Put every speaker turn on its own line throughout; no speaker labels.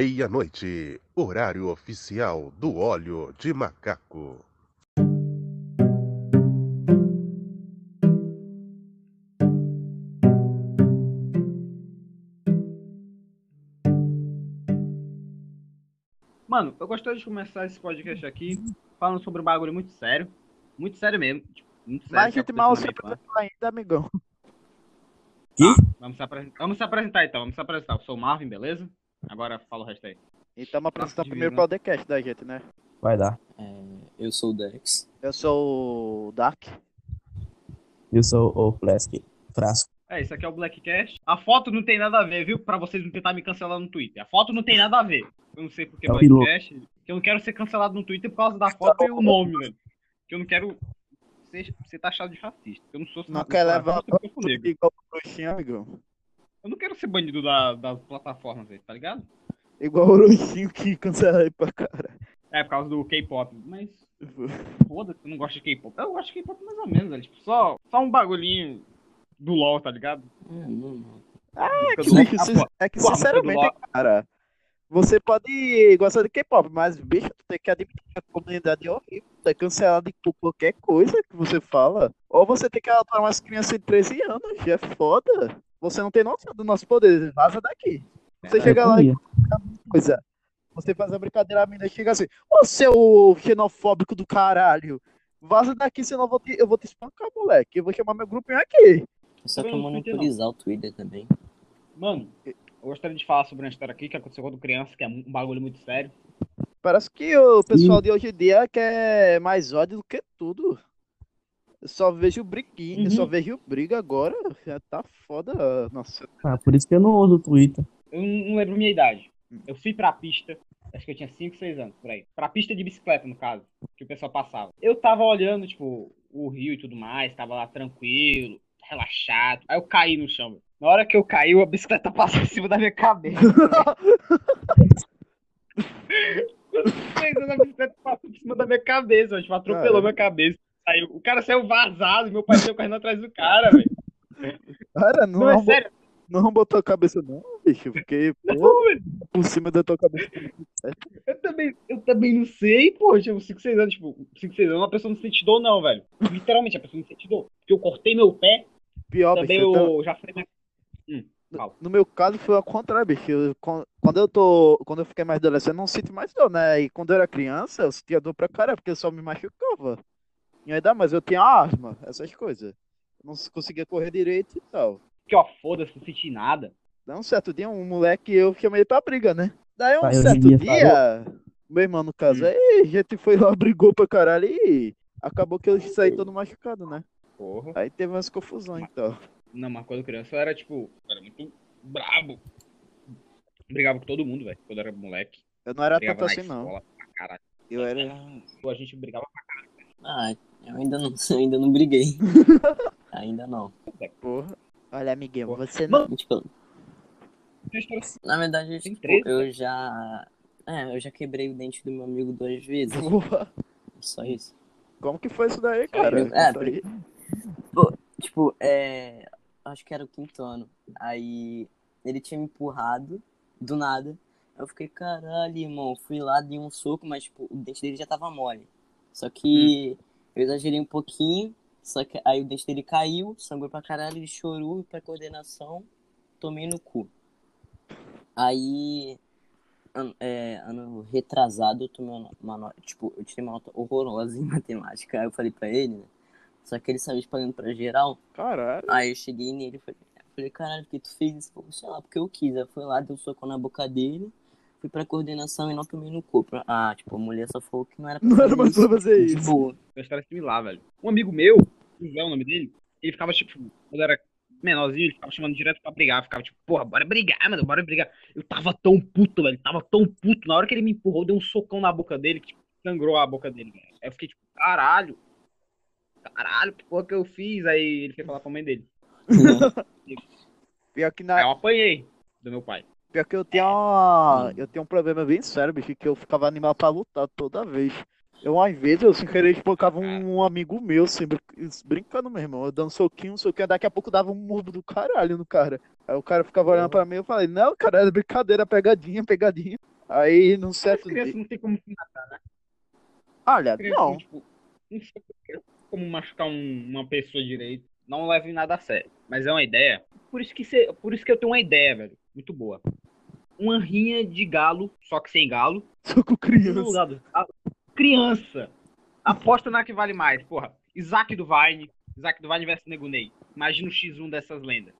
Meia-noite, horário oficial do óleo de macaco.
Mano, eu gostaria de começar esse podcast aqui falando sobre um bagulho muito sério. Muito sério mesmo. tipo, Muito sério.
Mas a
que
gente mal se
aconteceu na minha
apresentou ainda, amigão.
infância. Vamos se, apresen- vamos se apresentar então, vamos se apresentar. Eu sou o Marvin, beleza? Agora fala o resto aí.
Então vamos apresentar o
divino.
primeiro podcast da gente, né?
Vai dar.
É, Eu sou o Dex.
Eu sou o Dark.
Eu sou o Flask. Frasco.
É, isso aqui é o Blackcast. A foto não tem nada a ver, viu? Pra vocês não tentar me cancelar no Twitter. A foto não tem nada a ver. Eu não sei porque
Tá
É o
Blackcast. Que eu não quero ser cancelado no Twitter por causa da foto e o nome, velho. Que eu não quero ser, ser taxado de racista. Eu não sou
Não
racista,
quer levar
porque eu sou negro.
igual o Uruxinho, amigão.
Eu não quero ser banido da, das plataformas, velho, tá ligado?
Igual o Uruxinho que cancela aí pra cara.
É, por causa do K-pop. Mas foda-se, eu não gosto de K-pop. Eu gosto de K-pop mais ou menos, velho. Tipo, só, só um bagulhinho do LOL, tá ligado?
É que,
Do Ah, LOL,
bicho,
a
sin- é que
porra, do
sinceramente,
LOL.
cara, você pode gostar de K-pop, mas, bicho, tu tem que admitir que a comunidade é horrível. Tu É cancelado por qualquer coisa que você fala. Ou você tem que adotar umas crianças de 13 anos, já é foda. Você não tem noção do nosso poder, vaza daqui.
É,
Você chega lá e coisa. é. Você faz a brincadeira, a menina chega assim, ô seu xenofóbico do caralho, vaza daqui, senão eu vou te, eu vou te espancar, moleque. Eu vou chamar meu grupinho aqui.
Só
Eu
pra
não entendi, não.
monitorizar o Twitter também.
Mano, eu gostaria de falar sobre uma história aqui que aconteceu quando criança, que é um bagulho muito sério.
Parece que o pessoal de hoje em dia quer mais ódio do que tudo. Eu só vejo briguinha, eu só vejo briga agora. Já tá foda, nossa.
Ah, por isso que eu não uso o Twitter.
Eu não não lembro a minha idade. Eu fui pra pista, acho que eu tinha 5, 6 anos, por aí. Pra pista de bicicleta, no caso, que o pessoal passava. Eu tava olhando, tipo, o rio e tudo mais, tava lá tranquilo, relaxado. Aí eu caí no chão. velho. Na hora que eu caí, a bicicleta passou em cima da minha cabeça. né? Fez a bicicleta passou em cima da minha cabeça, velho, tipo, atropelou
Cara.
minha cabeça. Saiu, o cara saiu vazado, e meu pai saiu correndo atrás do cara, velho.
Cara, não,
Não, é
arrumou-
sério,
não botou a cabeça não, bicho, porque pô,
não, velho.
por cima da tua cabeça.
Eu também, eu também não sei, poxa, eu 5, 6 anos, tipo, 5, 6 anos a pessoa não sente dor, não, velho. Literalmente, a pessoa não sente dor. Porque eu cortei meu pé,
Pior,
também
bicho.
eu
então-
já falei mais.
No meu caso foi ao contrário, bicho. Eu- quan- quando eu tô, quando eu fiquei mais adolescente, eu não sinto mais dor, né? E quando eu era criança, eu sentia dor pra caralho, porque eu só me machucava. E ainda mais, eu tinha asma, essas coisas. Eu não conseguia correr direito e tal.
Que ó, foda-se, não senti nada.
Daí um certo dia, um moleque eu chamei ele pra briga, né? Daí um
Tá, eu
certo
devia
dia, meu irmão no caso, aí a gente foi lá, brigou pra caralho e acabou que eu saí todo machucado, né?
Porra.
Aí teve umas confusões então. e tal.
Não, mas quando criança eu era, tipo, eu era muito brabo. Brigava com todo mundo, velho, quando eu era moleque.
Eu não era
brigava
tanto assim,
na
não.
escola, pra caralho.
Eu era.
Pô, A gente brigava
Ah, eu ainda não, eu ainda não briguei. ainda não.
Porra. Olha, amiguinho,
Porra.
você não.
Mano,
Tipo,
com história assim.
na verdade,
Tem
tipo,
três,
eu já. É, eu já quebrei o dente do meu amigo duas vezes.
Porra.
Só isso.
Como que foi isso daí, cara?
É,
Isso aí.
Tipo, é. Acho que era o quinto ano. Aí ele tinha me empurrado, do nada. Eu fiquei, caralho, irmão. Fui lá, dei um soco, mas tipo, o dente dele já tava mole. Só que eu exagerei um pouquinho. Só que aí o dente dele caiu, sangrou pra caralho, ele chorou pra coordenação. Tomei no cu. Aí. Ano, é, ano retrasado, eu tomei uma, uma nota. Tipo, eu tirei uma nota horrorosa em matemática. Aí eu falei pra ele, né? Só que ele saiu espalhando pra geral.
Caralho.
Aí eu cheguei nele e falei, falei, caralho, por que tu fez isso? Ele falou, sei lá, porque eu quis. Aí fui lá, dei um soco na boca dele, fui pra coordenação e não tomei no corpo. Ah, tipo, a mulher só falou que não era pra Tipo,
Não era
fazer
mais pra fazer
De
isso.
boa.
Tem uma história similar, velho. Um amigo meu, José é o nome dele, ele ficava, tipo, quando eu era menorzinho, ele ficava chamando direto pra brigar. Ficava, tipo, porra, bora brigar, mano, bora brigar. Eu tava tão puto, velho, tava tão puto. Na hora que ele me empurrou, deu um socão na boca dele, que, tipo, sangrou a boca dele, velho. Aí eu fiquei, tipo, caralho. Caralho, que porra que eu fiz? Aí ele foi falar pra mãe dele.
Pior que,
Aí
na...
eu apanhei do meu pai.
Pior
Hum.
que eu tenho uma... Eu tenho um problema bem sério, bicho, que eu ficava animado pra lutar toda vez. Eu, às vezes, eu sem querer espancava um, um amigo meu, assim, brin- brincando, meu irmão. Eu dando soquinho, não sei o que, daqui a pouco dava um morbo do caralho no cara. Aí o cara ficava olhando pra mim, eu falei, não, cara, era brincadeira, pegadinha, pegadinha. Aí, num
As
certo
crianças
dia...
não tem como se matar.
Olha,
As crianças
não,
não, tipo, não sei como machucar um- uma pessoa direito. Não leve nada a sério. Mas é uma ideia. Por isso que, cê- por isso que eu tenho uma ideia, velho. Muito boa. Uma rinha de galo, só que sem galo.
só com
No
criança.
lugar do galo. Criança. Aposta na que vale mais, porra. Isaac do Vine. Isaac do Vine versus Negunei. Imagina o X1 dessas lendas.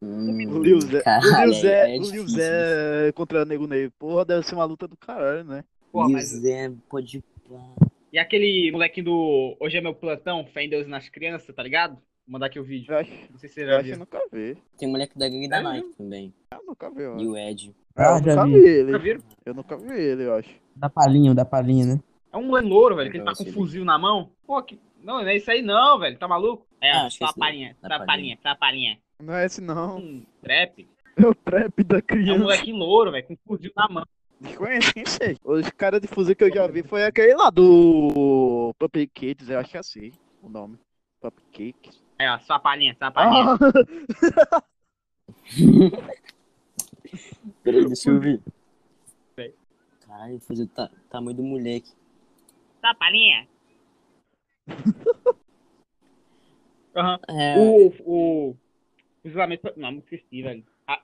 Hum.
O Liu Zé, o Liu
Caralho,
Zé,
aí é
o Liu
difícil,
Zé contra o Nego Ney. Porra, deve ser uma luta do caralho, né?
Porra,
Liu
mas
Zé, pode.
E aquele molequinho do Hoje é meu plantão, fé em Deus e nas crianças, tá ligado? Vou mandar aqui o vídeo.
Eu acho,
Não sei se você
eu
já
acho que eu
viu.
nunca vi.
Tem um moleque da gangue da
É
Nike também.
Eu nunca vi, eu
E
acho.
o Ed.
Ah,
eu nunca
já vi.
vi
Já
ele.
viram?
Eu nunca vi ele, eu acho.
Da palhinha, da palhinha, né?
É um moleque louro, velho, que ele
Então,
tá com um
esse
fuzil na mão. Pô, que... não, não é isso aí não, velho, tá maluco? É,
Ah, acho que
só a
esse daí.
palhinha,
Na
só a palhinha,
palhinha.
só a palhinha.
Não é esse, não.
Um trap.
É o trap da
É um
criança.
molequinho louro, velho, com um fuzil na mão.
Desconheço quem seja. Os caras de fuzil que eu já vi foi aquele lá do Puppy Kids, eu acho que é assim o nome. Puppy Cakes.
Aí, É, ó, só a palhinha, só a palhinha.
Ah,
Peraí, deixa eu ver.
Peraí.
Caralho, eu fiz o ta- tamanho do moleque.
Só a palhinha. Aham.
É,
O, o, o isolamento. Não, me esqueci, velho. A-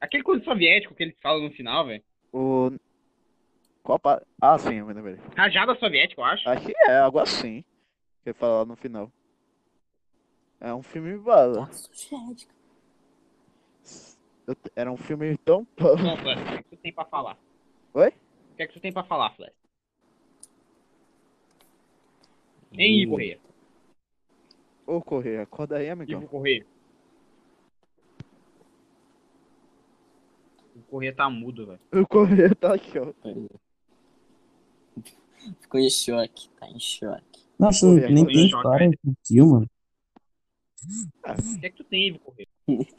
Aquele coisa soviético que eles falam no final, velho.
o... Qual pa... Ah, sim, eu me lembrei.
Rajada soviética, eu acho.
Acho que é, algo assim. Que falar no final. É um filme bala.
Nossa, gente.
Eu- Era um filme tão.
Bom, Flash, o que é que tu tem pra falar?
Oi?
O que é que tu tem pra falar, Flash? Hein, Ivo Correia?
Ô, Correia, acorda aí, amigão.
Ivo Correia. O Correia tá mudo, velho.
O Correia tá aqui, ó.
Ficou em choque, tá em choque.
Nossa,
Pô,
nem
já
tem
tô em
história infantil, mano.
O que é que tu tem, Ivo Correia?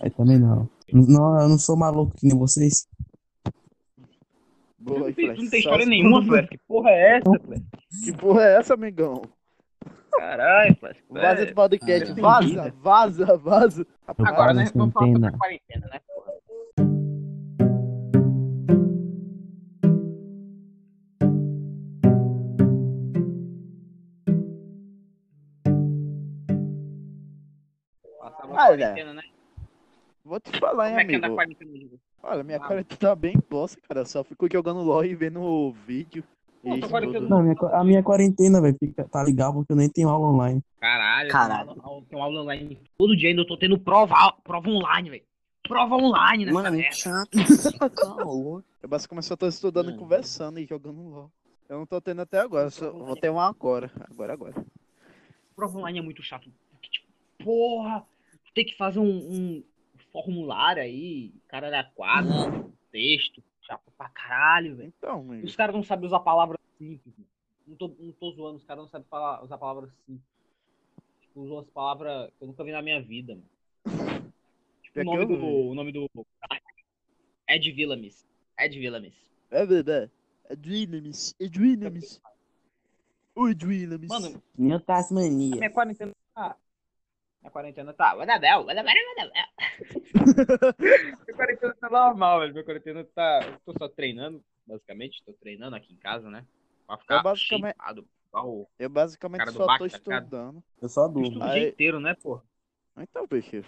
Aí também não. Não, eu não sou maluco que nem vocês.
Tu
Boa,
não
aí,
tem,
Flash.
tu não tem
Só-
história nenhuma, Flash. Que porra é essa, Flash?
Que porra é essa, amigão?
Caralho, Flash.
Vaza do podcast.
Ah,
é.
Vaza, vaza, vaza.
Eu
Agora,
falo
né?
sem
Vamos falar sobre
pena.
a quarentena, né? Passar uma
Olha,
quarentena, né?
Vou te falar,
Como
hein,
é que anda a
amigo.
quarentena de vocês?
Olha, minha
Ah.
cara tá bem bosta, cara. Só fico jogando LOL e vendo o vídeo.
Pô,
Isso
agora que eu
tudo.
Não, a minha, qua- a minha quarentena, velho, fica- tá legal porque eu nem tenho aula online.
Caralho,
Caralho.
Tem, aula, tem aula online todo dia, ainda eu tô tendo prova, prova online, velho. Prova online nessa
Mano,
merda.
que chato. isso, calor.
Eu basicamente só tô estudando e
Hum.
conversando e jogando LOL. Eu não tô tendo até agora, só vou ter uma agora. Agora, agora.
prova online é muito chato. Porque, tipo, porra, tu tem que fazer um, um formulário aí, cara da quadra, texto, chato pra caralho, velho.
Então,
E
amigo.
os caras não sabem usar palavras simples, mano. Não tô, não tô zoando, os caras não sabem falar, usar palavras simples. Tipo, usam as palavras que eu nunca vi na minha vida, mano. Tipo, o
Pior é que
nome
eu
do.
vi.
O nome do. Ed Villamis. Ed Villamis.
É verdade. Edwinamis, Edwinamis. Oi, Edwinamis.
Mano,
Minha Tasmania.
Minha quarentena tá. Minha quarentena tá. Anabel, Anabel, Anabel. Minha quarentena tá normal, velho. Minha quarentena tá. Eu tô só treinando, basicamente. Tô treinando aqui em casa, né? Pra ficar
Eu basicamente-
shapeado, igual o-
eu basicamente
cara do
só
Bach, tá
tô
ligado?
estudando.
Eu só
Eu
durmo.
estudo o dia
Aí-
inteiro, né, pô?
Então, peixeiro.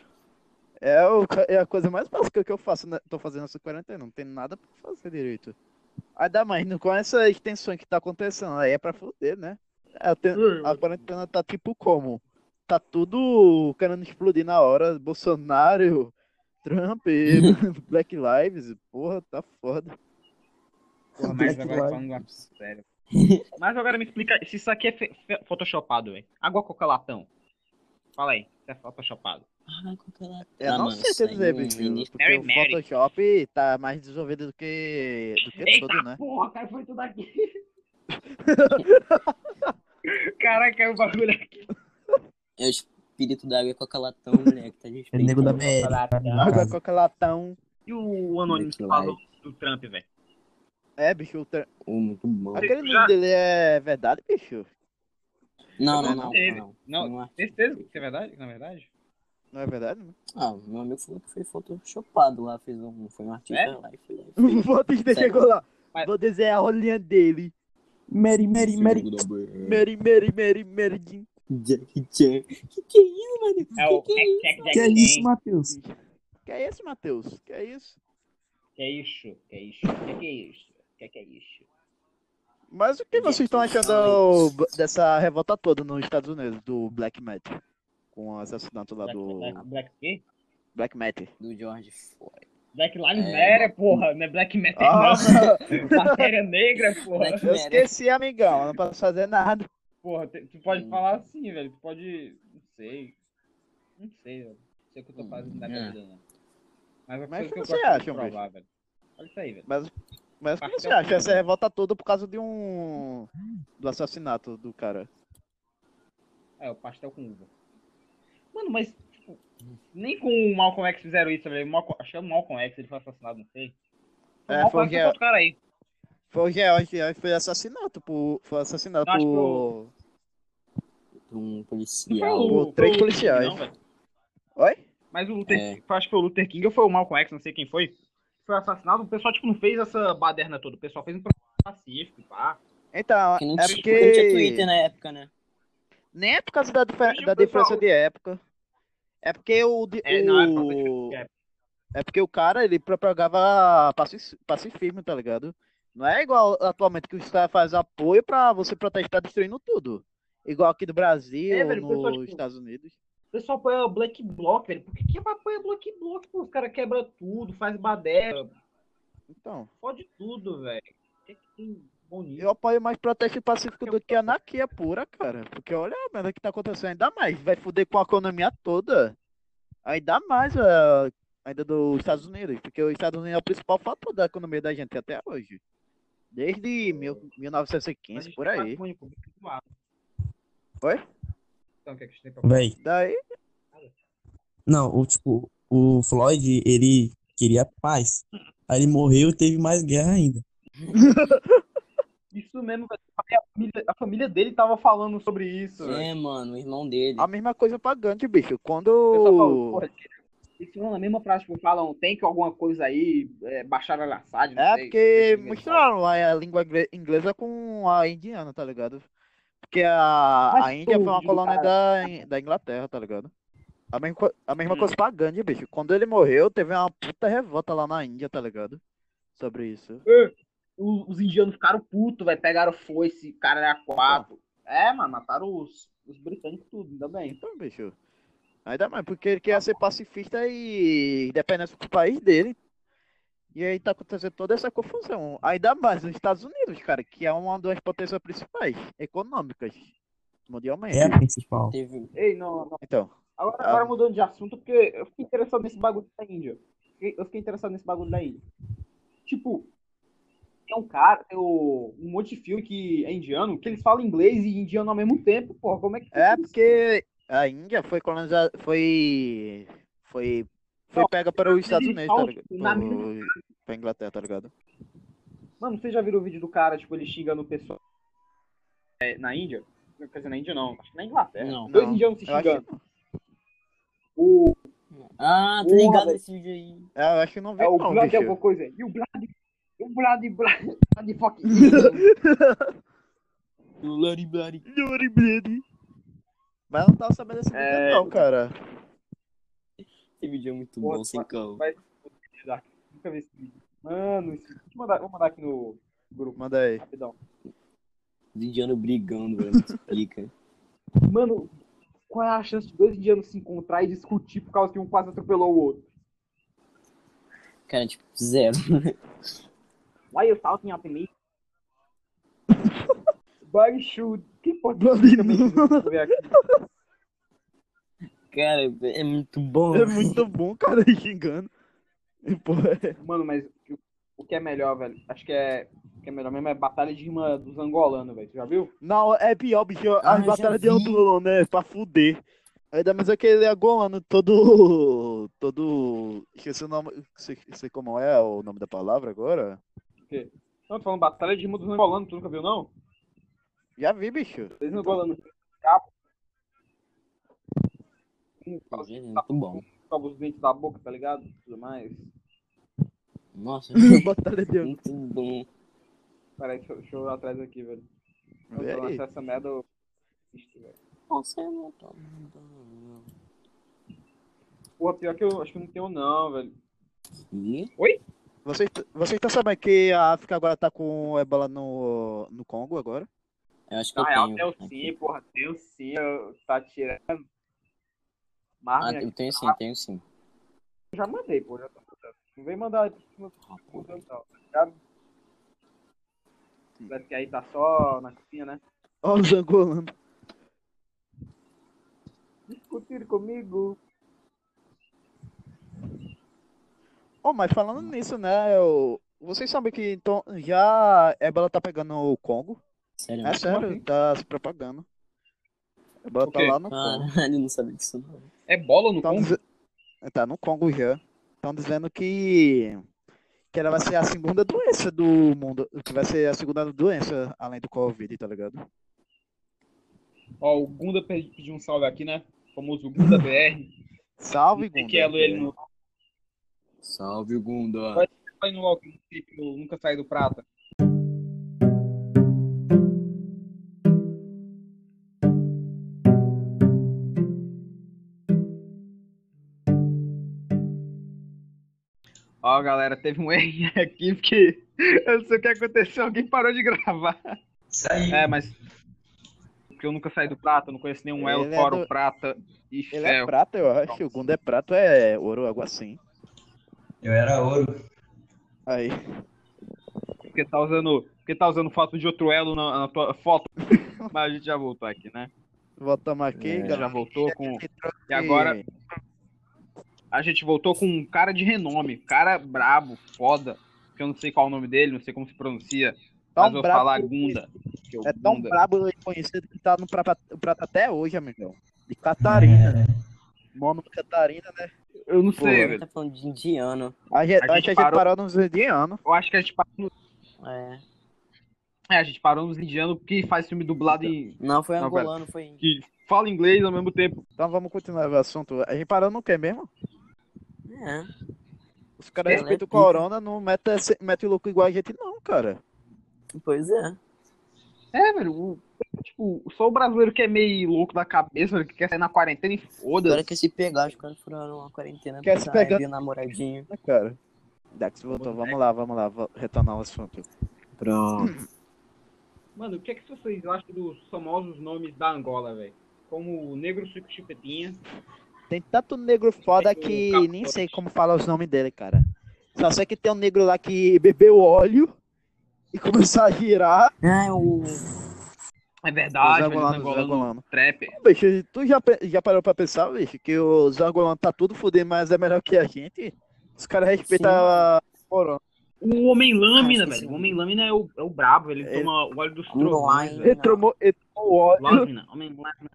É, o ca- é a coisa mais básica que eu faço, né? tô fazendo essa quarentena, não tem nada pra fazer direito. Ainda mais não com essa extensão que tá acontecendo, aí é pra foder, né? É, tem- A quarentena tá tipo como? Tá tudo querendo explodir na hora. Bolsonaro, Trump, Black Lives, porra, tá foda.
Porra, mas
é
Black
agora
Lives.
falando uma sério. Mas agora me explica se isso aqui é fe- fe- photoshopado, velho. Água coca latão. Fala aí, se é photoshopado.
Ah, qual que é lá?
Eu
Ah,
não
mano,
sei te
isso aí
dizer,
não-
bicho, porque
Mary,
o
Mary.
Photoshop tá mais desenvolvido do que, do que
Eita
tudo, né?
porra, caiu foi tudo aqui. Caraca, caiu o bagulho aqui.
É o espírito da água com latão, moleque. Tá
É nego da
respeitando.
BR.
falar,
cara,
não.
na
Água,
casa.
coca, latão.
E o anônimo que
Black
falou do Trump, velho?
É, bicho, o tra-
Oh, muito bom.
aquele
Já-
nome dele é verdade, bicho?
Não, não, não.
Ele-
Não,
não,
Hum.
não. é.
Certeza que isso é verdade, na verdade?
Não é verdade? Não?
Ah, meu amigo falou que foi photoshopado lá, fez um, foi um artista
É?
lá e foi lá. e
O
fez.
Batista
Sério?
chegou lá.
Mas-
Vou desenhar a rolinha dele.
Mary, Mary,
Mary,
Mary.
Mary, Mary, Mary Jean.
Jackie Chan. Que que é isso, mano?
É o
Que que é isso?
Jack Jack
Que é
Jack
isso,
Chan.
Matheus?
Que é isso, Matheus? Que é isso?
Que é isso? Que é isso? Que que é isso? Que que é isso?
Mas o que vocês estão achando dessa revolta toda nos Estados Unidos, do Black Matter? Com o assassinato lá
Black,
do
Black, Black, quê?
Black Matter.
Do George Floyd.
Black Lives
É,
Matter, porra, não é Black Matter
Ah.
não, matéria negra, porra.
Black
Eu
Matter.
esqueci, amigão. Eu não posso fazer nada.
Porra, te- tu pode
Hum.
falar assim, velho, tu pode, não sei, não sei, velho, não sei o que eu tô fazendo na minha
É.
vida, não. Mas é
Hum.
coisa
Mas
que eu
o que
gosto
você
de
acha,
provar, velho. Olha isso aí, velho.
Mas, mas o que você
Marcel.
acha essa revolta toda por causa de um. do assassinato do cara?
É, o pastel com uva. Mano, mas, tipo, nem com o Malcolm X fizeram isso, velho. Malcolm- Achei é o Malcolm X, ele foi assassinado, não sei. O
É,
Malcolm
foi
X
que-
é outro cara aí.
Foi o George que foi assassinato por. Foi assassinado
Eu acho
por.
Um
Não foi
policial.
foi o
por três
Luther King,
policiais.
não, velho.
Oi?
Mas o Luther,
É.
eu acho que foi o Luther King ou foi o Malcolm X, não sei quem foi. Foi assassinado, o pessoal, tipo, não fez essa baderna toda. O pessoal fez um processo pacífico, pá.
Então,
Que não
é
tinha,
porque.
não tinha Twitter na época, né?
Nem é por causa da, difer-
Deixa o
da
pessoal-
diferença de época. É porque o. de-
É, não, é por causa de-
o...
é.
é porque o cara, ele propagava paci- pacifismo, tá ligado? Não é igual atualmente que os caras fazem apoio pra você protestar destruindo tudo. Igual aqui do Brasil,
É, velho, o
nos
pessoal, tipo,
Estados Unidos.
O pessoal apoia o Black Bloc, velho. Por que, que apoia o Black Bloc? Pô, os caras quebram tudo, faz baderna,
Então,
fode tudo, velho. O que, que tem bom nisso?
eu apoio mais protesto pacífico do que anarquia pura, cara. Porque olha a merda que tá acontecendo. Ainda mais, vai foder com a economia toda. Ainda mais, ah, ainda dos Estados Unidos. Porque os Estados Unidos é o principal fator da economia da gente até hoje. Desde mil-
Mas
1915, por
a gente
aí.
tá com o público do lado.
Oi?
Então, o que é que a gente tem pra
Véi,
Daí,
não, o tipo, o Floyd, ele queria paz. Aí ele morreu e teve mais guerra ainda.
Isso mesmo, velho. A família, a família dele tava falando sobre isso, velho.
É, mano, o irmão dele.
a mesma coisa pra Gandhi, bicho.
O pessoal falou,
Quando.
porra, eles falam na mesma frase, tipo, falam, tem que alguma coisa aí, é, baixaram a laçade, não
É,
sei.
porque
Eles
misturaram lá a língua ingle- inglesa com a indiana, tá ligado? Porque a, a
Mas
Índia foi uma
tudo,
colônia da, In- da Inglaterra, tá ligado? A mesma, co- a
Hum.
mesma coisa pra Gandhi, bicho. Quando ele morreu, teve uma puta revolta lá na Índia, tá ligado? Sobre isso.
o- os indianos ficaram putos, velho. Pegaram foice, cara era quatro. É, mano, mataram os, os britânicos tudo, ainda bem.
Então, bicho. Ainda mais, porque ele queria ser pacifista e independente do país dele. E aí tá acontecendo toda essa confusão. Ainda mais nos Estados Unidos, cara, que é uma das potências principais econômicas mundialmente.
É a principal.
Teve.
Ei, não, não.
Então.
Agora,
Ah.
agora mudando de assunto, porque eu fiquei interessado nesse bagulho da Índia. Fiquei- Eu fiquei interessado nesse bagulho da Índia. Tipo, tem um cara, tem o- um monte de filme que é indiano, que eles falam inglês e indiano ao mesmo tempo, porra. Como é que.
É
isso?
porque a Índia foi colonizada, foi foi foi
Não,
pega para os
eles
Estados Unidos, tá
falam,
ligado?
tipo, na
Pro-
mesma-
pra Inglaterra, tá ligado?
Mano, vocês já viram o vídeo do cara, tipo, ele xingando o pessoal é, na Índia? Quer dizer, na Índia não, acho que na Inglaterra.
Não.
Dois
Não,
indianos se
Então, Eu acho,
xingando.
que-
Ah, tô
Porra,
ligado
velho.
nesse vídeo aí.
eu acho que não vi
É o
não,
Blood
bicho.
alguma coisa. E o Blood. O Blood, Blood, Blood fucking.
Bloody, bloody.
Lori Brady. Mas eu não tava sabendo desse
É.
vídeo não, cara.
Esse vídeo é muito
Porra,
bom, sem cão.
Vai se fuder, Nunca vi esse vídeo. Mano, isso... Deixa eu mandar, vou mandar aqui no grupo,
Manda aí.
rapidão.
Os indianos brigando, velho. não Explica.
Mano, qual é a chance de dois indianos se encontrar e discutir por causa que um quase atropelou o outro?
Cara, tipo, zero.
Why you talking up me? Bug shoot. Que porra de
Bloody
também que eu vou ver aqui?
Cara, é muito bom.
É muito bom, cara, ele xingando. E, pô, é-
Mano, mas o- o que é melhor, velho? Acho que é. O que é melhor mesmo é Batalha de Rima dos Angolanos, velho. Tu já viu?
Não, é pior, bicho.
Ah,
As
já
batalhas de
vi.
Anglo, né? Pra fuder. Ainda mais é aquele angolano todo. Todo. Esqueci o nome. Sei, sei como é o nome da palavra agora.
quê? Não, tô falando batalha de rima dos angolanos, tu nunca viu, não?
Já vi, bicho.
Eles angolanos Um
é Muito bom.
escovam os dentes da boca, tá ligado? Tudo mais.
Nossa, é
Batalha de
muito bom.
Peraí, deixa, eu- deixa eu ir atrás aqui, velho. Eu
É,
Vê
tô
aí.
nessa- essa merda. eu- Ixi, velho.
Você não tá me dando.
Porra, pior que eu acho que eu não tenho, não, velho.
E?
Vocês vocês estão sabendo que a África agora tá com ebola no, no Congo agora?
Eu acho que eu
Na real, é
tenho.
tenho sim, porra, tenho sim. eu- Tá tirando. Mas
Ah,
minha-
eu tenho sim, tenho sim.
eu já mandei, pô, já tô mandando. Não vem mandar aí pra cima do
Ah, pô.
mudando, não, tá ligado? Parece que aí tá só na cozinha, né?
Ó, os angolanos.
Discutir comigo.
Oh, mas falando nisso, né? Eu... Vocês sabem que então, já a ebola tá pegando o Congo?
Sério, né?
É
mano.
sério, tá se propagando. A ebola
O
tá
quê?
lá no Congo.
Caralho, não sabia disso não.
É bola no
Tão dize- Tá no Congo já. Estão dizendo que... que ela vai ser a segunda doença do mundo. Que vai ser a segunda doença além do Covid, tá ligado?
Ó, o Gunda pe- pediu um salve aqui, né? O famoso Gunda BR.
Salve, Gunda.
que é elo ele no,
Salve, Gunda.
aí no LOL, que não sei, que eu nunca saí do prata. Ó, galera, teve um erro aqui porque eu não sei o que aconteceu, alguém parou de gravar. É, mas. Porque eu nunca saí do prata, eu não conheço nenhum elo
Ele é
fora o
do-
prata e
Ele é
céu.
prata, eu acho. O Gunda é prata, é ouro, algo assim.
Eu era ouro.
Aí.
Porque tá usando, porque tá usando foto de outro elo na, na tua foto. Mas a gente já voltou aqui, né?
Voltamos aqui,
É.
A gente
galera.
já voltou com. E
E
agora a gente voltou com um cara de renome. Cara brabo, foda. Que eu não sei qual é o nome dele, não sei como se pronuncia. mas vou
brabo
falar
que-
Gunda. que o
É tão
Gunda.
brabo e conhecido que tá no prata, prata até hoje, amigão. De Catarina.
É.
Mono Catarina, né?
Eu não
Porra.
sei,
Ele
velho.
tá falando de indiano.
A gente,
A
a
gente
gente
parou-
parou nos indianos.
Eu acho que a gente parou, no-
É.
é, a gente parou nos indianos porque faz filme dublado em.
Não, foi
Não,
angolano, foi.
que fala inglês ao mesmo tempo.
Então vamos continuar o assunto. A gente parou no quê mesmo?
É.
Os caras
É,
respeitam o
né?
corona, não metem mete louco igual a gente, não, cara.
Pois é.
É, velho. o- Tipo, só o brasileiro que é meio louco da cabeça, velho, que quer sair na quarentena e
Agora
foda-se.
que se pegar, os caras furaram a quarentena
Quer
pra
se
tá,
pegar?
viu, namoradinho.
Né, cara? Dax voltou, vamos lá, vamos lá, vou retornar o assunto.
Pronto.
Mano, o que é que vocês acham dos famosos nomes da Angola, velho? Como o Negro Suco Chupetinha.
Tem tanto negro foda
Tem o
que
Capote.
nem sei como falar os nomes dele, cara. Só sei que tem um negro lá que bebeu óleo e começou a girar.
Ah, o.
É
Os
Tá,
verdade, velho.
angolanos, os
Angolano,
angolanos.
trapper.
Bicho, tu já, pe- já parou pra pensar, bicho, que os angolanos tá tudo fudendo, mas é melhor que a gente? Os caras respeitam
Sim.
a corona.
O Homem Lâmina,
Ah, esqueci
velho.
o
O Homem Lâmina é o, é o brabo, ele
É.
toma o óleo dos
Homem
trovões,
Lâmina.
velho.
Ele tomou, ele tomou
né?
óleo.
Lâmina, Homem Lâmina.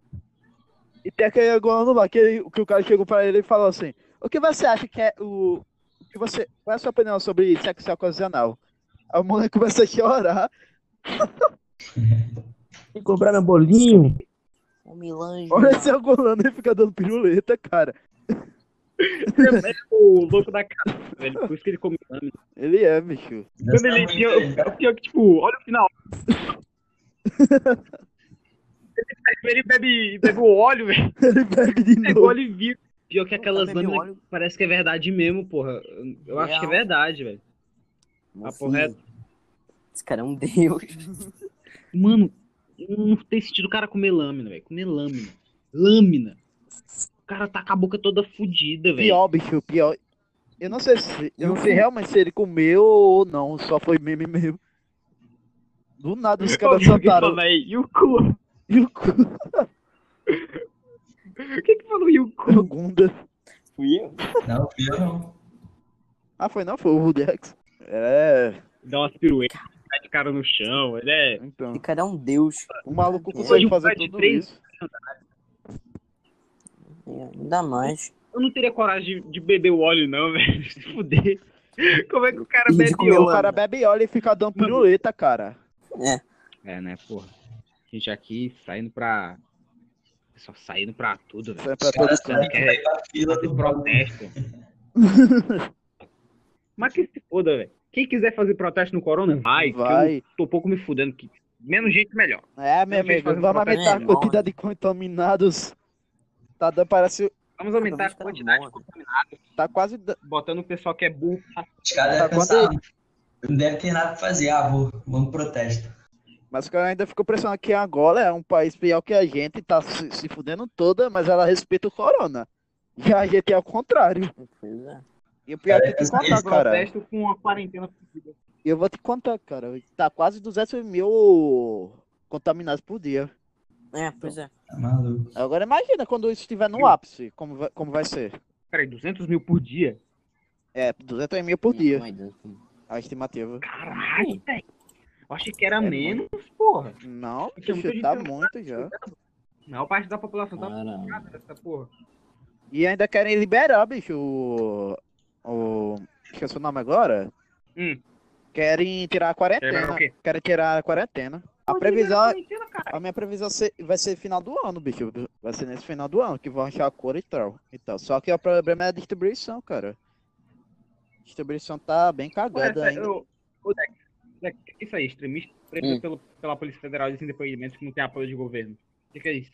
E tem aquele angolano lá que, ele- que o cara chegou pra ele e falou assim: O que você acha que é o. o que você, qual é a sua opinião sobre sexo ocasional? A mulher começa a chorar.
Tem que comprar meu bolinho.
O Milange.
Olha esse angolano ele fica dando piruleta, cara.
Ele é o louco da casa, velho. Por isso que ele come lâmina.
Ele é, bicho.
Quando ele
Gostava
pior,
muito
é o pior que, tipo, olha o final. Ele bebe, bebe o óleo, velho.
Ele bebe de
Pegou
novo.
ele vira. Pior que aquelas
Bebe
lâminas
óleo.
parece que é verdade mesmo, porra. Eu acho que é
Real.
verdade, velho.
Meu
Papo
filho,
reto.
Esse cara é um deus.
Mano, não tem sentido o cara comer lâmina, velho. Comer lâmina. Lâmina. O cara tá com a boca toda fodida, velho.
Pior, bicho, pior. Eu não sei se. Eu não sei realmente se ele comeu ou não. Só foi meme mesmo. Do nada os caras soltaram.
E o cu?
E o cu
Quem que falou e o cu?
do Gunda.
Fui eu?
Não, eu não.
Ah, foi não? Foi o Rudex. É,
Dá umas piruetas, cai de cara no chão, ele é.
então.
Esse cara é um deus.
O maluco
Hoje
consegue
o
fazer
Fred
tudo
um três.
isso.
É, Ainda mais.
Eu não teria coragem de, de beber o óleo, não, velho. Se fuder. Como é que o cara
Índico
bebe
meu
O
ovo?
ano.
cara bebe óleo e fica dando piruleta, cara.
É, né, porra. A gente aqui saindo pra. Só saindo pra tudo, velho.
Sai pra todo canto.
Quer
Tá fila
fazer
do
protesto. Mas que se foda, velho. Quem quiser fazer protesto no corona, vai. que
Vai.
Eu tô um pouco me fudendo. Que menos gente, melhor.
É, meu
Tem gente
amigo,
fazendo
vamos
propaganda,
aumentar a
irmão.
quantidade de contaminados. Tá dando, parece.
Vamos aumentar a
Cada um fica
quantidade de
bom,
contaminados,
Tá quase. da-
botando o pessoal que é burro.
Os caras
Tá,
devem
quando
pensar, não deve ter nada pra fazer, ah, vou, vamos pro protesto.
Mas o cara ainda ficou pressionado que Angola é um país pior que a gente, tá se, se fudendo toda, mas ela respeita o corona. E a gente é ao contrário.
Pois é.
E o pior é que eu te
Cara,
contar,
esse
cara.
Protesto com a quarentena fudida.
Eu vou te contar, cara. Tá quase 200 mil contaminados por dia.
É, pois é.
Tá maluco.
Agora imagina quando isso estiver no ápice, como vai, como vai ser.
Peraí, 200 mil por dia?
É, 200 mil por
Minha
dia,
mãe dança.
a estimativa.
Caralho, velho. Eu achei que era
É,
menos, porra.
Não,
Isso é muito
bicho, tá
difícil.
muito já.
A maior parte da população tá
Caralho.
furada dessa porra.
E ainda querem liberar, bicho, o... o... Esqueci o nome agora.
Hum.
Querem tirar a
Querem o
quarentena.
quê?
Querem tirar a quarentena. A previsão... A minha previsão se- vai ser final do ano, bicho. Vai ser nesse final do ano que vão achar a cor e tal. Então, só que o problema é a distribuição, cara. A distribuição tá bem cagada
Essa-
ainda.
eu- Ô, Dex, Dex, o que é isso aí? Extremista preso
Hum.
pelo- pela Polícia Federal dizem depoimentos que não tem apoio de governo. O que, que é isso?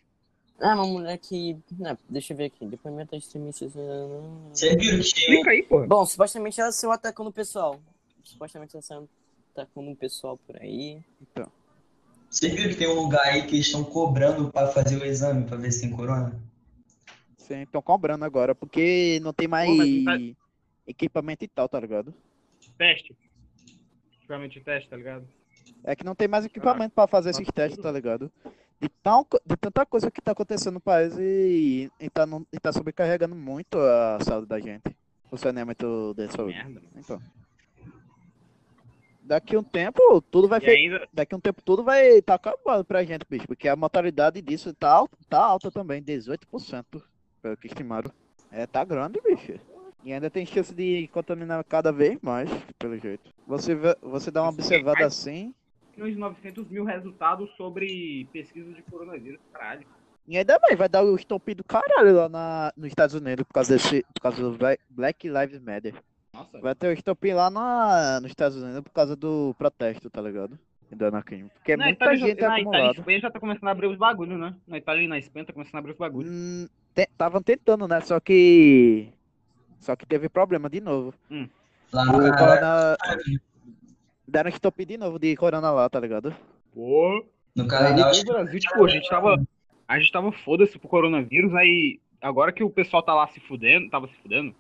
Ah, uma mulher que. Não, deixa eu ver aqui. Depoimento extremista.
Você viu
É.
o time?
Explica aí, porra.
Bom, supostamente ela saiu atacando o pessoal. Supostamente ela saiu atacando o pessoal por aí.
Então,
Você viu que tem um lugar aí que eles estão cobrando pra fazer o exame pra ver se tem corona?
Sim, estão cobrando agora, porque não tem mais
mas tá-
equipamento e tal, tá ligado?
Teste. Principalmente teste, tá ligado?
É que não tem mais equipamento pra fazer esses testes, tá ligado? De, tão, co- de tanta coisa que tá acontecendo no país e, e, tá, no- e tá sobrecarregando muito a saúde da gente. O saneamento da saúde.
Merda, mano.
Então. Daqui um tempo, tudo vai
E
fe...
ainda,
Daqui um tempo tudo vai estar tá acabando pra gente, bicho. Porque a mortalidade disso tá alta, tá alta também, 18%. Pelo que estimaram. É, tá grande, bicho. E ainda tem chance de contaminar cada vez mais, pelo jeito. Você, vê- você dá uma observada assim.
uns 900 mil resultados sobre pesquisa de coronavírus, caralho.
E ainda bem, vai dar o estopim do caralho lá na, nos Estados Unidos por causa desse. Por causa do Bla- Black Lives Matter.
Nossa,
Vai ter o estopim lá na, nos Estados Unidos por causa do protesto, tá ligado? E do anarquismo. Porque é
Na
muita
Itália já-
gente
na Itália e
acumulada.
Espanha já tá começando a abrir os bagulhos, né? Na Itália e na Espanha tá começando a abrir os bagulhos.
Hum, te- Tavam tentando, né? Só que. Só que teve problema de novo.
Ah,
Lá
O
no Canadá,
corona. Deram estopim de novo de corona lá, tá ligado?
Pô.
no
Aí
Canadá,
no Brasil, tipo, a gente tava. A gente tava foda-se pro coronavírus, aí. Agora que o pessoal tá lá se fudendo, tava se fudendo,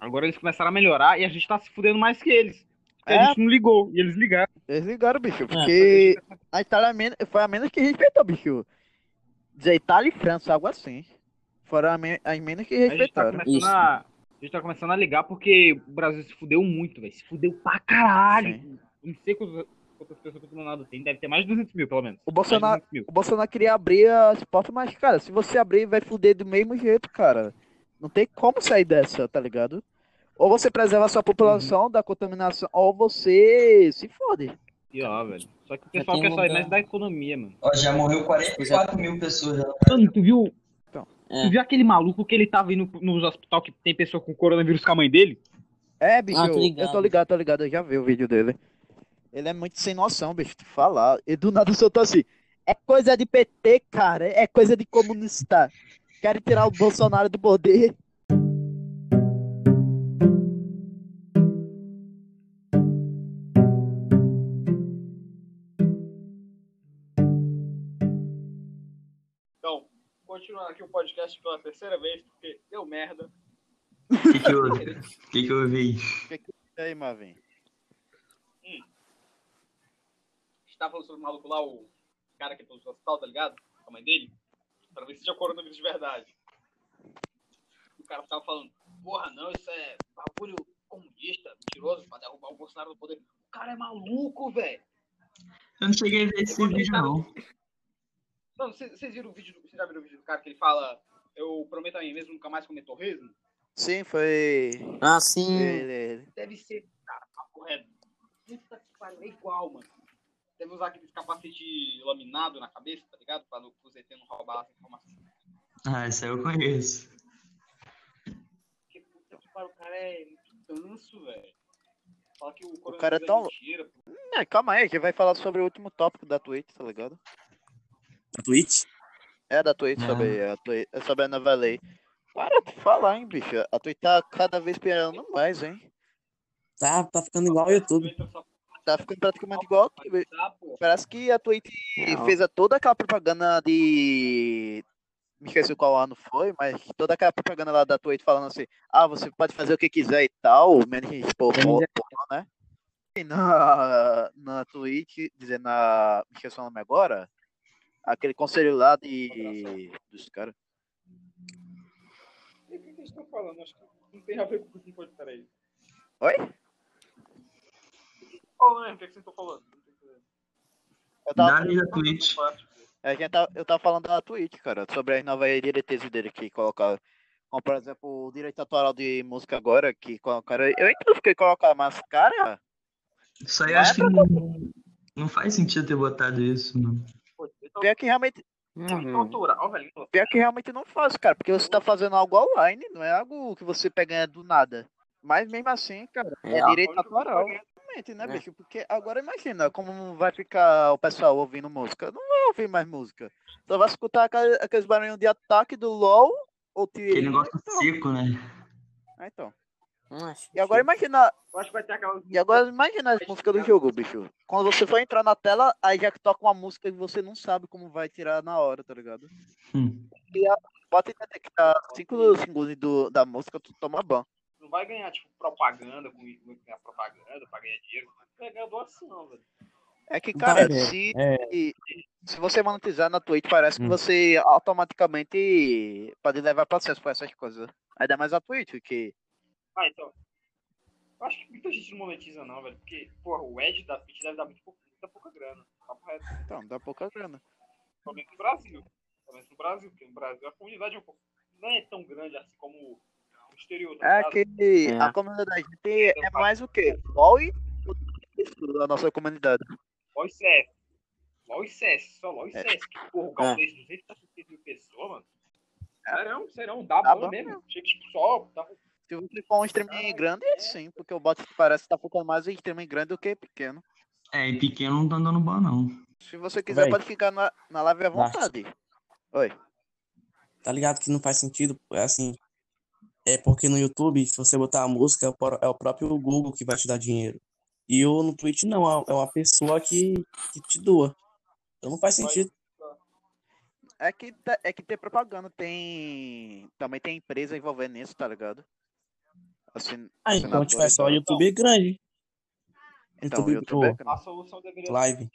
agora eles começaram a melhorar e a gente tá se fudendo mais que eles. Porque
É.
a gente não ligou, e eles ligaram.
Eles ligaram,
É,
bicho, porque a Itália men- foi a menos que respeitou, bicho. Dizer Itália e França, algo assim. Foram a men- as menos que
A gente tá
respeitaram.
começando
Isso.
a. A gente tá começando a ligar porque o Brasil se fudeu muito, velho. Se fudeu pra caralho.
Sim.
Eu Não sei quantas, quantas pessoas contaminadas tem. Deve ter mais de 200 mil, pelo menos. Mais
O
de
Bolsonaro,
200 mil.
o Bolsonaro queria abrir as portas, mas, cara, se você abrir, vai fuder do mesmo jeito, cara. Não tem como sair dessa, tá ligado? Ou você preserva a
Uhum.
sua população da contaminação, ou você se fode.
Pior, velho. Só que o
Já
pessoal
tem
quer
um
sair
lugar.
mais da economia, mano.
ó, já morreu 44 mil pessoas. já.
Mano, tu viu?
É.
Tu viu aquele maluco que ele tava indo nos hospital que tem pessoa com coronavírus com a mãe dele?
É, bicho,
Ah, tô
eu tô
ligado.
ligado, tô ligado, eu já vi o vídeo dele. Ele é muito sem noção, bicho, te falar. E do nada soltou assim. É coisa de PT, cara. É coisa de comunista. Querem tirar o Bolsonaro do poder.
Então, continuando aqui o podcast pela terceira vez, porque deu merda.
O que que eu- o que que eu vi?
E aí, Marvin?
A gente tava falando sobre o maluco lá, o cara que entrou no hospital, tá ligado? Com a mãe dele. Pra ver se tinha coronavírus de verdade. O cara tava falando, porra, não, isso é bagulho comunista, mentiroso, pra derrubar o Bolsonaro do poder. O cara é maluco, velho.
Eu não cheguei a ver esse vídeo, não.
Mano, vocês vocês viram o vídeo, do- vocês já viram o vídeo do cara que ele fala, eu prometo a mim mesmo nunca mais comer torresmo?
Sim, foi.
Ah, sim.
Ele, ele.
Deve ser. tá, Cara, papo reto. é, Puta que pariu, é igual, mano. Deve usar aqueles capacete laminado na cabeça, tá ligado? Pra não, pro ZT não roubar as informações.
Ah, isso aí eu conheço.
Porque, puta que pariu, o cara é muito tanso, velho. Fala que o,
cara é
coronavírus
tão-
mentira, pô.
Não, calma aí, a gente vai falar sobre o último tópico da Twitch, tá ligado?
Na Twitch?
É da Twitch
Ah.
É.
sobre a, Twi- é sobre a nova lei. Para de falar, hein, bicho. A Twitch tá cada vez piorando mais, hein?
Tá, tá ficando igual ao YouTube.
Entra só
Tá ficando praticamente igual. ao Twitch.
pra dar, pô.
Parece que a Twitch
Real.
fez a- toda aquela propaganda de. Me esqueci qual ano foi, mas toda aquela propaganda lá da Twitch falando assim: ah, você pode fazer o que quiser e tal, menos expor
Menos
porra, né? E na, na Twitch, dizendo na. Me esqueci o nome agora. Aquele conselho lá de. dos caras.
E O que que eles estão falando? Acho que não tem a ver com o que foi, peraí.
Oi?
Ô, Leandro, o que que vocês estão falando? Não tô entendendo.
Eu tava,
Nada da Twitch.
É, a gente tava- eu tava falando da Twitch, cara, sobre as novas diretrizes dele que colocaram. Como, por exemplo, o direito autoral de música agora, que colocaram. Eu entendo porque colocaram, mas, cara,
Isso aí
Não é
acho que não, não faz sentido ter botado isso, mano.
Pô, eles tão-
pior que realmente,
eles tão autoral, ó, velho.
pior que realmente não faz, cara, porque você tá fazendo algo online, não é algo que você pega do nada. Mas mesmo assim, cara, é,
Real.
direito autoral. Realmente, né,
É.
bicho? Porque agora imagina como vai ficar o pessoal ouvindo música. Não vai ouvir mais música. Só vai escutar aquela- aqueles barulhinhos de ataque do LOL ou
Aquele
tiro.
negócio seco, né?
Ah, então.
Hum, acho
E agora imagina,
Eu acho que vai ter aquela.
e agora imagina as músicas do jogo, bicho. Quando você for entrar na tela, aí já que toca uma música que você não sabe como vai tirar na hora, tá ligado?
Hum.
Bota em detectar 5 segundos do, da música, tu toma ban.
Não vai ganhar, tipo, propaganda com com a propaganda pra ganhar dinheiro. Vai ganhar doação, velho.
É que,
Tá,
cara,
é,
se,
é.
se você monetizar na Twitch, parece que
Hum.
você automaticamente pode levar processo por essas coisas. Ainda mais a Twitch, que
Ah, então. Eu acho que muita gente não monetiza, não, velho. Porque, porra, o Edge da Twitch deve dar muito pouca, muita pouca grana. Papo reto.
então, dá pouca grana.
Pelo menos no Brasil. Pelo menos no Brasil, porque no Brasil a comunidade é um pouco. Não é tão grande assim como o exterior. tá
É
ligado?
que
É.
a comunidade é mais o quê? LOL e isso, a nossa comunidade.
LOL e CS. LOL e CS, só LOL e
É. É.
CS. Que porra, o Gaules, 266 mil pessoas, mano. Serão, serão, um dá
Dá
bom
bom.
mesmo. Chega tipo só, dá
Se você for um streamer grande, é sim, porque o bot parece que tá focando mais em streamer grande do que pequeno.
É, e pequeno não tá andando bom, não.
Se você quiser,
Véi.
pode ficar na, na live à
Bart.
vontade. Oi.
Tá ligado que não faz sentido, é assim. É porque no YouTube, se você botar a música, é o pró- é o próprio Google que vai te dar dinheiro. E o no Twitch não, é uma pessoa que, que te doa. Então não faz sentido.
É que, tá- é que tem propaganda, tem. Também tem empresa envolvendo nisso, tá ligado? Assim,
Ah, então,
assinador
tipo, é
e
só
tal.
YouTube grande.
Então, o
YouTube
YouTube é
Pro,
A
grande.
solução deveria
live.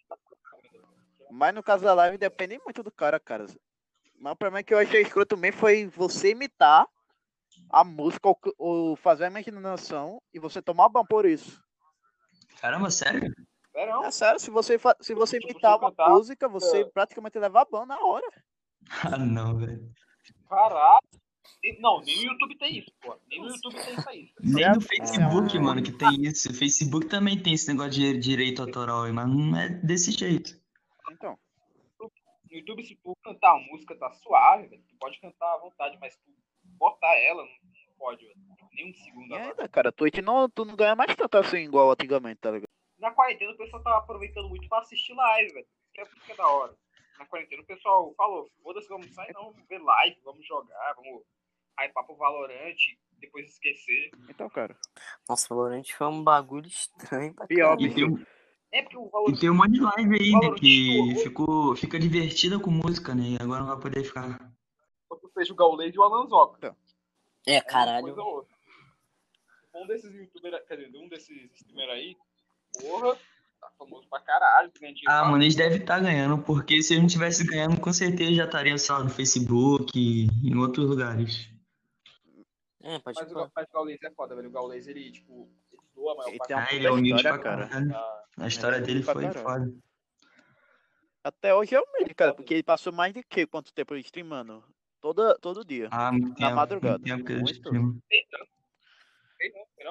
Mas no caso da live, depende muito do cara, cara. Mas o problema é que eu achei escroto também foi você imitar a música ou, ou fazer a imaginação e você tomar ban por isso.
Caramba, sério?
Serão.
É sério, se você, fa- se você
Se você
imitar uma
cantar,
música, você
é.
praticamente leva ban na hora.
Ah, não, velho.
Caralho. E- Não, nem no YouTube tem isso, pô. Nem no YouTube tem isso aí.
Nem no Facebook,
Ah.
mano, que tem isso. O Facebook também tem esse negócio de direito autoral aí, mas não é desse jeito.
Então,
No YouTube, se tu cantar uma música, tá suave, velho. Tu pode cantar à vontade, mas tu botar ela, não não pode, velho. Nem um segundo
e
agora.
ainda, cara, Twitch não, tu não ganha mais tanto assim igual antigamente, tá ligado?
Na quarentena o pessoal tava aproveitando muito pra assistir live, velho. Isso que é, isso que é da hora. Na quarentena o pessoal falou, foda-se, vamos sair não, vamos ver live, vamos jogar, vamos hypar pro Valorante, depois esquecer.
Então, cara.
Nossa, Valorant foi um bagulho estranho pra
Pior,
E tem, um-
É porque o
e
Valorante
tem um monte de live aí, né, que
Valorant
ficou, fica divertida com música, né? E agora não vai poder
Ah,
ficar.
ou seja o Gaules e o Alanzoca.
É,
Uma
caralho.
coisa ou outra. Um desses youtubers, quer dizer, um desses streamers aí, porra, tá famoso pra caralho, ganha dinheiro.
Ah,
pra-
mano, eles devem estar ganhando, porque se eu não tivesse ganhando, com certeza já estaria, sei lá, no Facebook, em outros lugares.
É, pode
Mas o,
falar.
Ga- mas o Gaules é foda, velho. O Gaules, ele, tipo, ele doa a maior
Ele
parte
tem uma
Ah, tipo ele
puta
é humilde
história,
pra
cara. É
caralho.
da-
A história dele
pra
foi
caralho.
foda.
Até hoje é humilde, cara, porque ele passou mais de que quanto tempo streamando? Toda, todo dia.
Ah, muito tempo.
madrugada.
Muito tempo que eu
Muito.
streamo.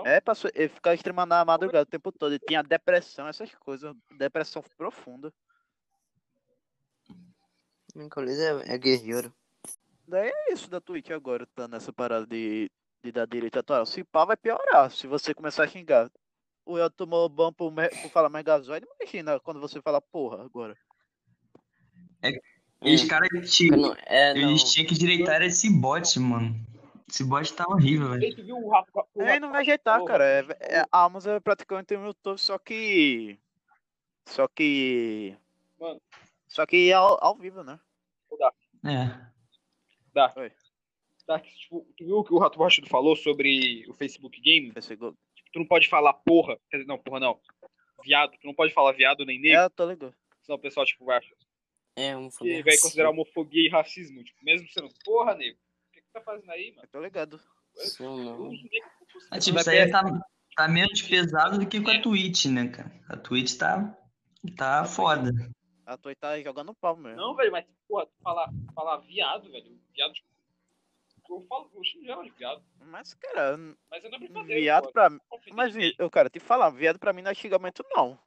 É, passou, eu ficava streamando na madrugada o tempo todo. E tinha depressão, essas coisas. Depressão profunda.
Nicolas é, é guerreiro.
Daí é isso da Twitch agora, tá nessa parada de, de dar direito atual. Se pá, vai piorar se você começar a xingar. O El tomou ban por, me- por falar megazoide, imagina quando você fala porra agora. É.
E os caras te-
Não, é, não.
eles tinham que direitar esse bot, mano. Esse bot tá horrível, velho.
Gente, viu o Rafa? o
É,
Rafa-
não vai ajeitar,
porra.
cara. É, é, a Amazon é praticamente um YouTube, só que. Só que.
Mano.
Só que ao, ao vivo, né?
É.
Tá, que, tipo, tu viu o que o Rato Borrachudo falou sobre o Facebook Game?
Esse go-
Tipo, tu não pode falar porra. Quer dizer, não, porra não. Viado. Tu não pode falar viado nem negro.
É, eu tô ligado.
Senão o pessoal, tipo, vai achar
É, um fogo
que vai
assim.
considerar homofobia e racismo. Tipo, mesmo sendo porra, nego. O que que tá fazendo aí, mano?
Eu tô ligado.
Isso não.
Os negros não conseguem-
Mas, tipo, isso aí tá, tá menos pesado do que com a Twitch, né, cara? A Twitch tá, tá foda.
A Twitch tá jogando pau mesmo.
Não, velho, mas, porra, tu falar, falar viado, velho. Viado, tipo, eu falo, eu chamo geral de viado.
Mas, cara, n-
Mas eu não é brincadeira.
viado
pô,
pra mim.
é confidente,
Mas,
gente.
eu, cara, te falar, viado pra mim não é xingamento, não.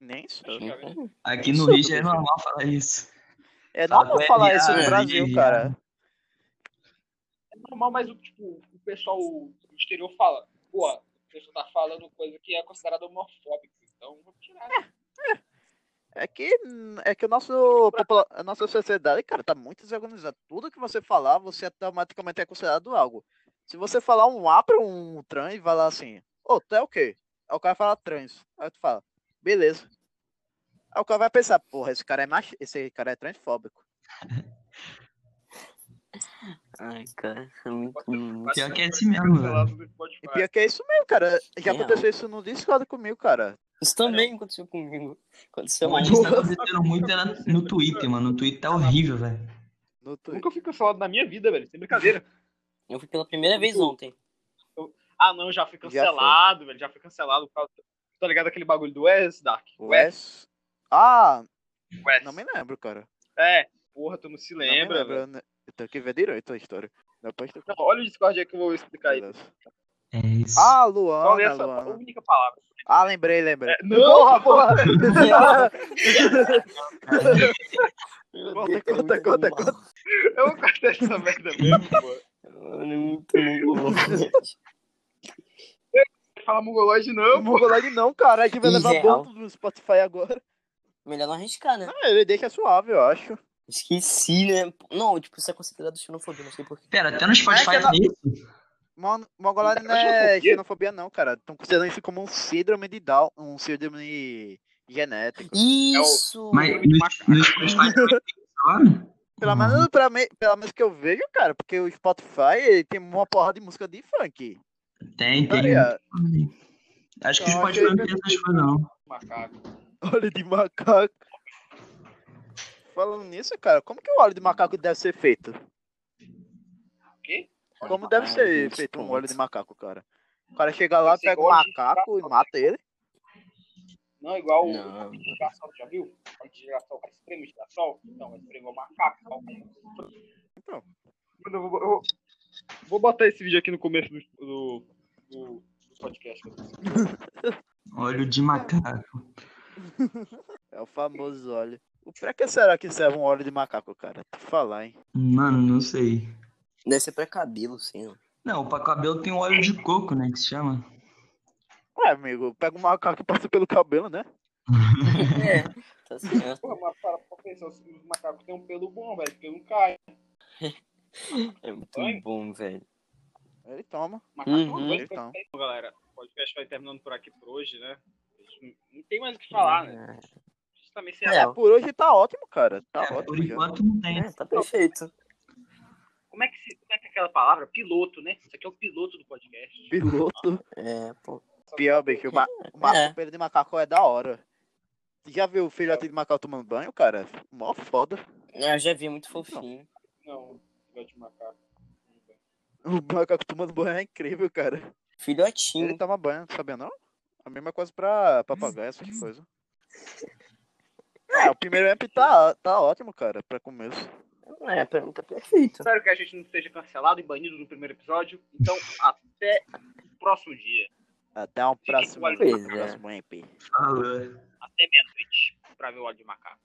Nem isso.
Acho que é verdade.
Aqui
Isso,
no Rio já é
professor.
normal falar isso.
É
Fala,
normal
é
falar isso no
viado,
Brasil,
é
cara.
É normal, mas o, tipo, o pessoal do exterior fala, pô, o pessoal tá falando coisa que é considerada homofóbica. Então, vou tirar.
É que, hum, é que o nosso, popula- a nossa sociedade, cara, tá muito desorganizada. Tudo que você falar, você automaticamente é considerado algo. Se você falar um A pra um trans e vai lá assim, ô, tu é o quê? Aí o cara fala trans. Aí tu fala, beleza. Aí o cara vai pensar, porra, esse cara é mach... esse cara é transfóbico.
Ai, cara, é muito. muito-
Pior que é assim mesmo, velho.
Cancelado no Spotify.
E pior que é isso mesmo, cara. Já
Real.
aconteceu isso no Discord comigo, cara.
Isso também aconteceu comigo. Aconteceu
Mas
mais.
isso tá acontecendo muito é na- no Twitter, mano. No Twitter tá horrível, velho.
No
Eu
Twitter.
Nunca fui cancelado na minha vida, velho. Sem brincadeira.
Eu fui pela primeira vez ontem.
Ah, não, já fui
Já
cancelado, velho. Já fui cancelado por causa. Tá ligado aquele bagulho do Wes, Dark?
Wes. Ah,
Wes.
não me lembro, cara.
É, porra, tu não se
Não me
lembra,
lembro,
velho.
eu ne- Eu tenho que ver direito a história. Depois tu
Não, olha o Discord aí que eu vou explicar aí.
beleza.
É isso.
Ah,
Só lê
Luana,
é essa
Luana.
única palavra.
Ah, lembrei, lembrei.
É, não,
porra!
Meu
Conta,
Deus, é
conta,
muito
conta,
bom.
eu vou cortar essa merda mesmo, pô.
Mano, é muito bom. gente.
Fala mongolóide não, pô.
Mongolide não, cara. A gente vai
Em
levar
geral.
ponto no Spotify agora.
Melhor não arriscar, né?
Ah, ele deixa suave, eu acho.
Esqueci, né? Não, tipo, isso é considerado xenofobia, não sei porquê.
Pera,
tá-
até no Spotify
É que
é
eu não-
isso?
Mon- Mongolide não é xenofobia, não, cara. Estão considerando isso como um síndrome de Down, um síndrome genético.
É
Isso!
Mas no, no Spotify também tem isso agora?
Pelo menos pra mim, pelo menos que eu vejo, cara, porque o Spotify ele tem uma porrada de música de funk. Tá
Tem, tem.
Cara,
Acho que o
Então,
Spotify não tem essas coisas, não.
Macaco.
Olho de macaco. Falando nisso, cara, como que o óleo de macaco deve ser feito?
Quê?
Como deve ser feito um óleo de macaco, cara? O cara chega lá,
Deve ser
pega o
igual a gente
macaco e
faz.
mata ele.
Não, é igual o
Não.
de girassol, já viu? Quando de girassol faz espreme de girassol, não, vai espremer o é um macaco. Então. Mano, eu vou, eu vou- vou botar esse vídeo aqui no começo do, do, do- do podcast.
Óleo de macaco.
É o famoso óleo. O pra que será que serve um óleo de macaco, cara? Te falar, hein?
Mano, não sei.
Deve ser pra é cabelo, sim. ó.
Não, pra cabelo tem óleo de coco, né? Que se chama.
Ué, amigo, pega um macaco e passa pelo cabelo, né?
É, tá certo.
Porra, mas para pra pensar, os os macacos têm um pelo bom, velho, porque não cai.
É muito
Banho?
bom, velho.
Ele toma.
Macaco não
Uhum.
aguenta.
Então.
Bom, galera, o podcast vai terminando por aqui por hoje, né? A gente não- não tem mais o que falar, né? A gente também se
É,
É, por hoje tá ótimo, cara. Tá
É, por
ótimo. já.
enquanto não tem.
É, tá perfeito.
Como é que se, como é que é aquela palavra? Piloto, né? Isso aqui é o piloto do podcast.
Piloto.
É, pô.
Pior, bicho. O, ma o, ma
É.
o pelo de macaco é da hora. Já viu o filhote de macaco tomando banho, cara? Mó foda.
É, Eu já vi, é muito fofinho.
Não, filhote de macaco.
O macaco tomando banho é incrível, cara. Ele
Filhotinho.
toma banho, sabia não? A mesma coisa pra papagaio, essas coisas. É, o primeiro app tá, tá ótimo, cara, pra começo.
É, a pergunta perfeita.
Espero que a gente não seja cancelado e banido do primeiro episódio. Então, até o próximo dia.
Até um próximo,
Pois
é.
um próximo MP.
Falou.
Até meia-noite pra ver o óleo de macaco.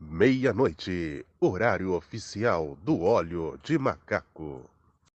Meia-noite, horário oficial do óleo de macaco.